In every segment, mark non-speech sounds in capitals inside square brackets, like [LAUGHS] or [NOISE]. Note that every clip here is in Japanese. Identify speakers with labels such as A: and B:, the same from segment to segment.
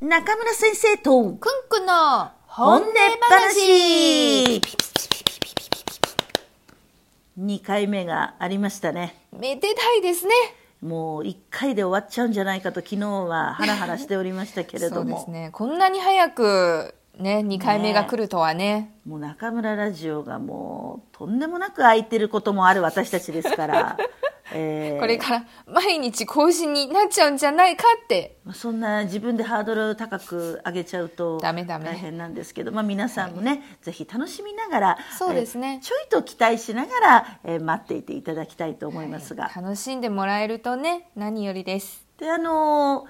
A: 中村先生と
B: くんくんの
A: 本
B: 本
A: 音
B: 音
A: 話
B: 話
A: 2回目がありましたね
B: めでたいですね
A: もう1回で終わっちゃうんじゃないかと昨日はハラハラしておりましたけれ
B: [LAUGHS] そ
A: ど
B: うで
A: も
B: すねこんなに早くね2回目が来るとはね
A: もう中村ラジオがもうとんでもなく空いてることもある私たちです
B: [LAUGHS]
A: から、えー
B: これから毎日更新になっちゃうんじゃないかって
A: まあそんな自分でハードルを高く上げちゃうと
B: ダ
A: 大
B: メダメ
A: 変なんですけど、まあ、皆さんもね、ぜひ楽しみながら
B: そうですね
A: えーちょいと期待しながら、えー待っていていただきたいと思いますが、
B: 楽しんでもらえるとね何よりです
A: であのー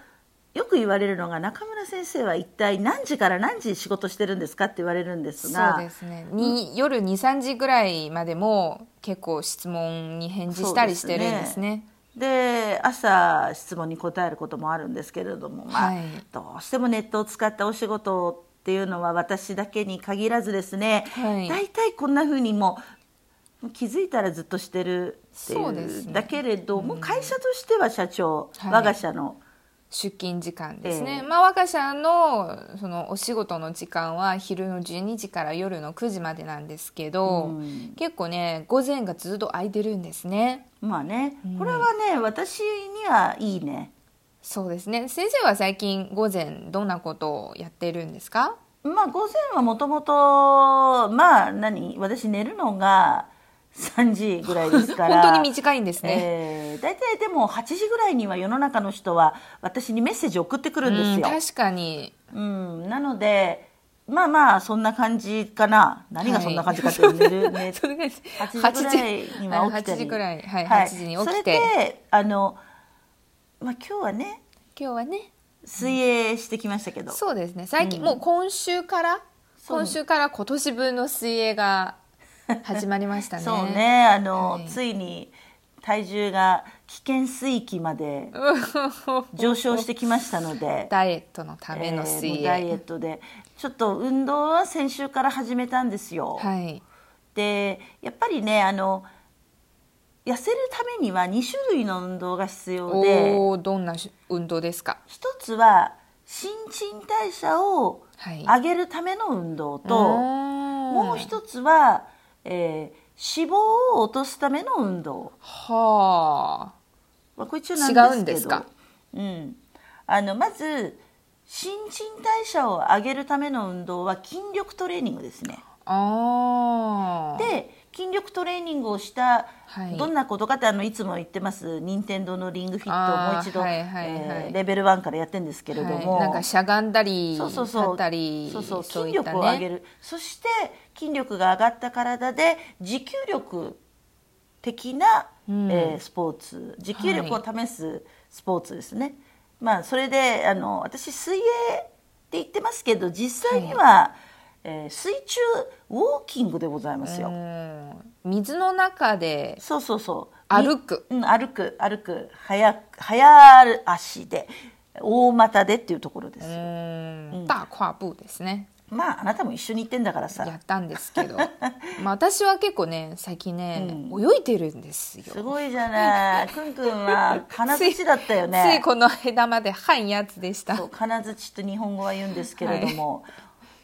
A: よく言われるのが中村先生は一体何時から何時仕事してるんですかって言われるんです
B: そう
A: が
B: ですねに夜23時ぐらいまでも結構質問に返事したりしてるんですね
A: で朝質問に答えることもあるんですけれども、まあ
B: はい
A: どうしてもネットを使ったお仕事っていうのは私だけに限らずですね、
B: はい
A: 大体こんなふうにもう気づいたらずっとしてるってい
B: そうです
A: う
B: ね
A: だけれども、会社としては社長、
B: はい
A: 我が社の
B: 出勤時間ですね、
A: ええ
B: まあ若社のそのお仕事の時間は昼の12時から夜の9時までなんですけ
A: う
B: ど、
A: ん
B: 結構ね午前がずっと空いてるんですね
A: まあね、
B: ん
A: これはね私にはいいね。
B: そうですね先生は最近午前どんなことをやってるんですか
A: まあ午前はもともとまあ何私寝るのが3時ぐらいですか
B: [LAUGHS] 本
A: ら
B: 当に短いんですね、
A: えー大体でも8時ぐらいには世の中の人は私にメッセージ送ってくるんです
B: うん
A: よ。
B: 確かに
A: うん、なのでまあまあそんな感じかな何がそんな感じかって寝る、ね
B: [LAUGHS] そんな感じ
A: 8時ぐらいには起きたり
B: 8時ぐらいはい、8時に起き
A: それ
B: て
A: であの、まあ、今日はね
B: 今日はね
A: 水泳してきましたけど、
B: そうですね最近、
A: うん
B: もう今週から
A: そう
B: 今週から今年分の水泳が始まりましたね
A: [LAUGHS] そうねあの、
B: はい
A: ついに体重が危険水域まで上昇してきましたので
B: [LAUGHS] ダイエットのための水
A: えーもう
B: 泳、
A: ダイエットでちょっと運動は先週から始めたんですよ、
B: はい
A: でやっぱりねあの痩せるためには2種類の運動が必要で
B: おおどんなし運動ですか
A: 一つは新陳代謝を
B: はい
A: 上げるための運動と、も
B: も
A: う一つは、えー脂肪を落とすための運動、
B: はあ
A: まあ、これ一応なんですけど
B: 違うんですか
A: うん、あのまず新陳代謝を上げるための運動は筋力トレーニングですね。
B: あー
A: で筋力トレーニングをした、
B: はい
A: どんなことかってあのいつも言ってます任天堂のリングフィットを
B: あー
A: もう一度、
B: はいはいはい
A: えーレベル1からやってるんですけれども、
B: はい、なんかしゃがんだり
A: そうそうそう
B: 立ったり
A: そうそう
B: そう
A: 筋
B: いった
A: 力を上げ
B: ね
A: るそして筋力が上がった体で持久力的な、
B: うん
A: えースポーツ持久力を試すスポーツですね、まあそれであの私水泳って言ってますけど実際には、えー水中ウォーキングでございますよ、
B: うん水の中で
A: そうそうそう
B: 歩く
A: うん、歩く歩く早く早足で大股でっていうところです、
B: うん大跨步ですね
A: まああなたも一緒に行ってんだから
B: や
A: さ
B: ったんで
A: [LAUGHS]
B: すけどまあ私は結構ね最近ね、泳いでるんですよ
A: すごいじゃ
B: [LAUGHS]
A: ないくんくんは金槌だったよ
B: つい
A: ね
B: この間まで半やつでした
A: そう
B: は
A: 金槌と日本語は言うんですけれども、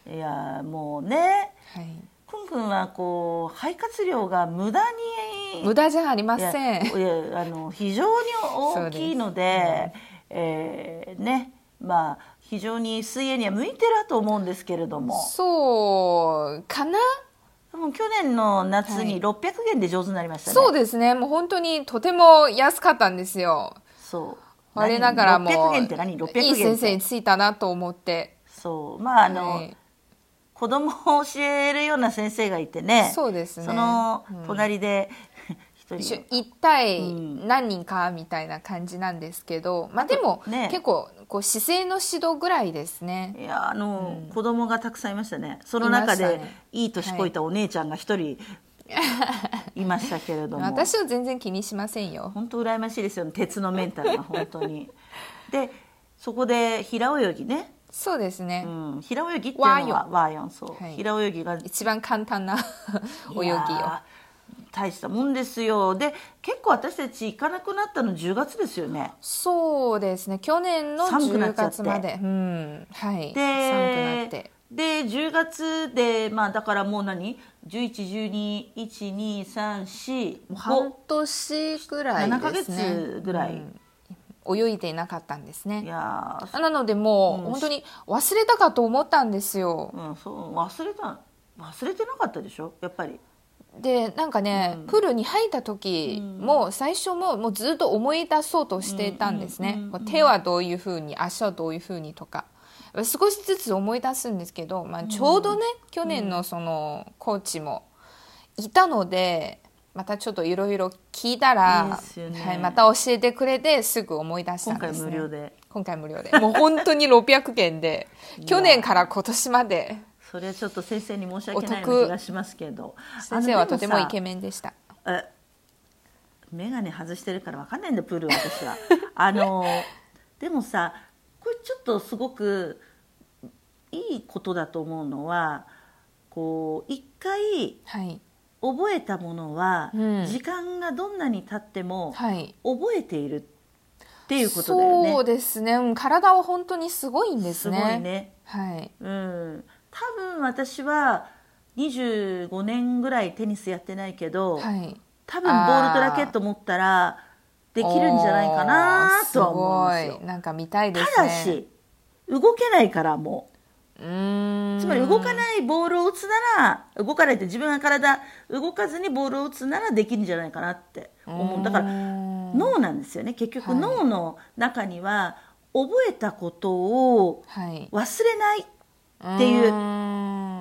A: い、やもうね
B: い
A: くんくんはこう肺活量が無駄に
B: 無駄じゃありま
A: いや
B: せん
A: いやあの非常に大きいのでえーねまあ非常に水泳には向いてると思うんですけれども
B: そうかな
A: でも去年の夏に
B: はい
A: 600円で上手になりましたね、
B: そうですねもう本当にとても安かったんですよ
A: そう
B: 我ながらも
A: 600円って何600円
B: いい先生
A: っ
B: に
A: て
B: ついたなと思って
A: そうまああの、
B: はい
A: 子供を教えるような先生がいてね
B: そうですね
A: その隣で一、
B: 一緒
A: 人
B: 一体
A: うん
B: 何人かみたいな感じなんですけど、まあでも、
A: ね
B: 結構こう姿勢の指導ぐらいですね
A: いやあの、子供がたくさんいましたねその中
B: いま
A: で
B: したね
A: いい年こいたお姉ちゃんが一人いましたけれども
B: 私は全然気にしませんよ
A: 本当羨ましいですよね鉄のメンタルが本当にでそこで平泳ぎね、
B: そうですね、
A: うん、平泳ぎっていうのはワーヨンそう、
B: はい [LAUGHS]
A: 平泳ぎが
B: 一番簡単な泳ぎを
A: いや大したもんですよで結構私たち行かなくなったの10月ですよね
B: そうですね去年の
A: 寒くなっ
B: 10
A: ちゃって
B: 月までうんは
A: で
B: い寒くなって
A: で10月でまあだからもう何11121234
B: もう半年ぐらいですね
A: 7ヶ月ぐらい
B: うん泳いでいなかったんです
A: い
B: ね
A: やー
B: なのでもう、
A: うん
B: 本当に忘れたかと思ったんですよ
A: うん、そう忘れた忘れてなかったでしょやっぱり
B: でなんかね、
A: うん
B: プールに入った時も、最初ももうずっと思い出そうとしていたんですね、
A: うんうんうんうん
B: こう手はどういうふうに足はどういうふうにとか少しずつ思い出すんですけど、まあ、ちょうどね、去年のそのコーチもいたのでまたちょっといろいろ聞いた
A: いい
B: ら
A: ですよね
B: はい、また教えてくれてすぐ思い出した
A: 今
B: んで
A: 回
B: す、ね、
A: 無料で
B: 今回無料でもう本当に600件で去年から今年まで
A: それはちょっと先生に申し訳ないよ
B: お
A: う
B: 得
A: な気がしますけど
B: 先生はとてもイケ
A: メ
B: メンでした。
A: ン眼鏡外してるから分かんないんだプールは私
B: [LAUGHS]
A: はあのでもさこれちょっとすごくいいことだと思うのはこう一回
B: はい、
A: 覚えたものは、
B: うん
A: 時間がどんなに経っても
B: はい
A: 覚えているっていうことだよね。
B: そうですね。うん、体は本当にすごいんです
A: す
B: ね。
A: ごいね。
B: はい。
A: うん、多分私は25年ぐらいテニスやってないけど、
B: はい。
A: 多分ボールとラケット持ったらできるんじゃないかなとは思うんです
B: おーすご
A: よ
B: い。なんか見たいですね。
A: ただし、動けないからも
B: うーん。
A: うつまり動かないボールを打つなら動かないって自分が体動かずにボールを打つならできるんじゃないかなって思うだから
B: の、
A: 脳なんですよね結局
B: はい
A: 脳の中には覚えたことを
B: はい。っ
A: 忘れないっていう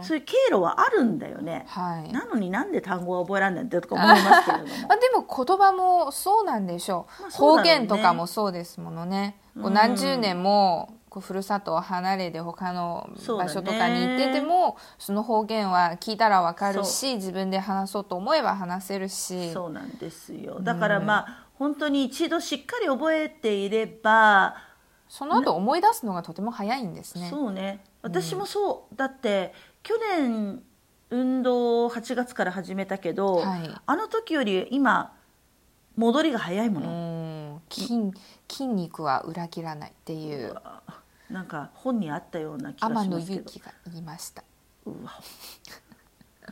A: そういう経路はあるんだよね。
B: はい。
A: なのになんで単語は覚えられないんだとか思いますけれども
B: まあ、でも言葉もそうなんでしょう,、
A: まあそうだろう
B: 方
A: ね
B: 言とかもそうですものね、こ
A: う
B: うん何十年もこうふるさとを離れて他の
A: そうだね
B: 場所とかに行っててもそ,、の方言は聞いたらわかるし自分で話そうと思えば話せるし
A: そうなんですよだからまあ本当に一度しっかり覚えていれば、
B: その後思い出すのがとても早いんですね。
A: そうね私もそう、だって去年運動を8月から始めたけど、
B: はい
A: あの時より今戻りが早いも
B: う
A: の、
B: ん筋筋肉は裏切らないっていう
A: なんか本にあったような気が
B: 天
A: し
B: 野
A: ますけ
B: 祐
A: ど
B: 希が言いました
A: うわ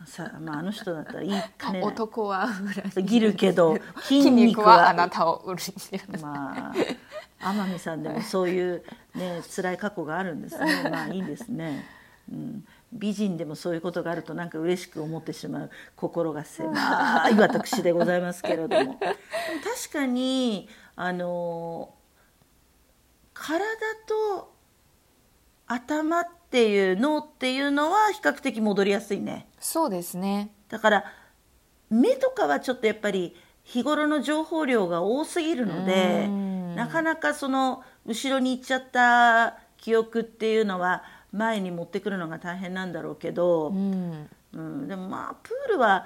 A: さあ、まあ、あの人だったらいいかねない
B: 男は裏切
A: ぎるけ
B: [LAUGHS]
A: ど筋
B: 筋
A: 肉
B: 肉
A: は
B: はあなたを裏切らな
A: [LAUGHS]
B: い、
A: まあ天海さんでもそういうね辛い過去があるんですねまあいいですね、うん、美人でもそういうことがあるとなんか嬉しく思ってしまう心が狭い私でございますけれどもでも確かにあの体と頭っていう脳っていうのは比較的戻りやすいね
B: そうですね
A: だから目とかはちょっとやっぱり日頃の情報量が多すぎるので
B: うん
A: なかなかその後ろに行っちゃった記憶っていうのは前に持ってくるのが大変なんだろうけど
B: う、ん
A: うん、でもまあプールは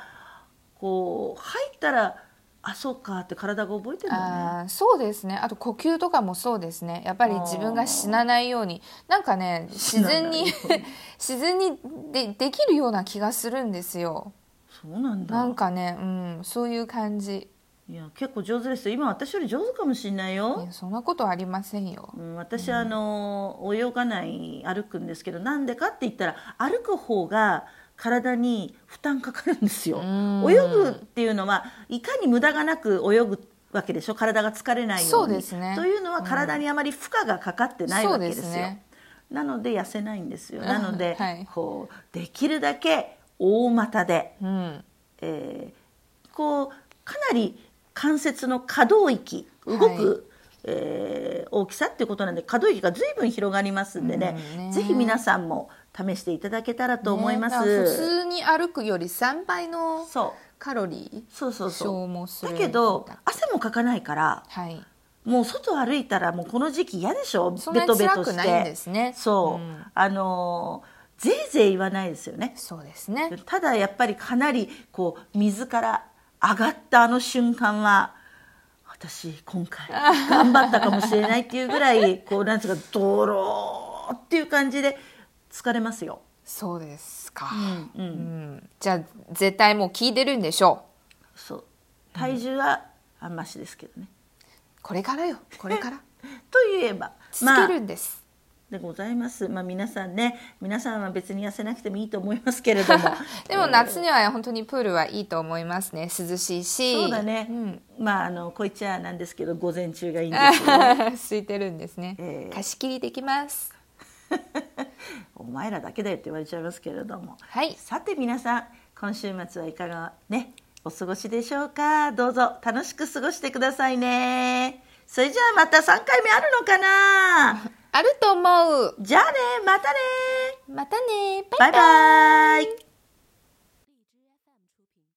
A: こう入ったらあそうかって体が覚えてるんだね。
B: あーそうですねあと呼吸とかもそうですねやっぱり自分が死なないようになんかね自然に [LAUGHS] 自然にでできるような気がするんですよ
A: そうなんだ
B: なんかね、うん、そういう感じ
A: いや結構上手ですよ今私より上手かもしれない
B: い
A: よ
B: や。そんなことありませんよ
A: うん、私、あの泳がない歩くんですけどなんでかって言ったら歩く方が体に負担かかるんですよ
B: うん
A: 泳ぐっていうのはいかに無駄がなく泳ぐわけでしょ体が疲れないように
B: そうですね
A: というのは体にあまり負荷がかかってないわけですよ、
B: そうですね
A: なので痩せないんですよなので、
B: はい
A: こうできるだけ大股で、
B: うん
A: えーこうかなり関節の可動域動く、
B: はい
A: えー大きさっていうことなんで可動域が随分広がりますんでね,、
B: うんね
A: ぜひ皆さんも試していただけたらと思いま
B: ねだから普
A: す。
B: 通に歩くより3倍の
A: そう
B: カロリ
A: そうそう
B: ー消
A: そう
B: 耗する
A: だけど汗もかかないから
B: はい
A: もう外歩いたらもうこの時期嫌でしょ
B: そん
A: ベ
B: な
A: ト
B: に
A: ベ
B: 辛
A: ト
B: く
A: し
B: ないんで
A: て
B: すね
A: そう、
B: ん
A: あのーぜいぜい言わないですよね
B: そうですね
A: ただやっぱりかなりこう水から上がったあの瞬間は私今回頑張ったかもしれないっていうぐら
B: [LAUGHS]
A: いこうなんつうかドローっていう感じで疲れますよ。
B: そうですか、
A: うん
B: うんじゃあ絶対もう聞いてるんでしょう
A: そう体重はあんましですけどね。
B: これからよこ
A: [LAUGHS]
B: れから
A: といえば
B: 続けるんです、。
A: でございます。まあ皆さんね、皆さんは別に痩せなくてもいいと思いますけれども
B: [LAUGHS] でも夏には本当にプールはいいと思いますね涼しいし
A: そうだね。
B: ん
A: まああのこいちゃなんですけど、午前中がいいんですよ。
B: [LAUGHS] 空いてるんですね、
A: ええ
B: 貸し切りできます
A: お前らだけだよって言われちゃいますけれども。
B: はい
A: さて皆さん、今週末はいかがね、お過ごしでしょうか。どうぞ楽しく過ごしてくださいね。それじゃあまた3回目あるのかな。
B: あると思う
A: じゃあね、またね。
B: またねバイバイ
A: バイバイ。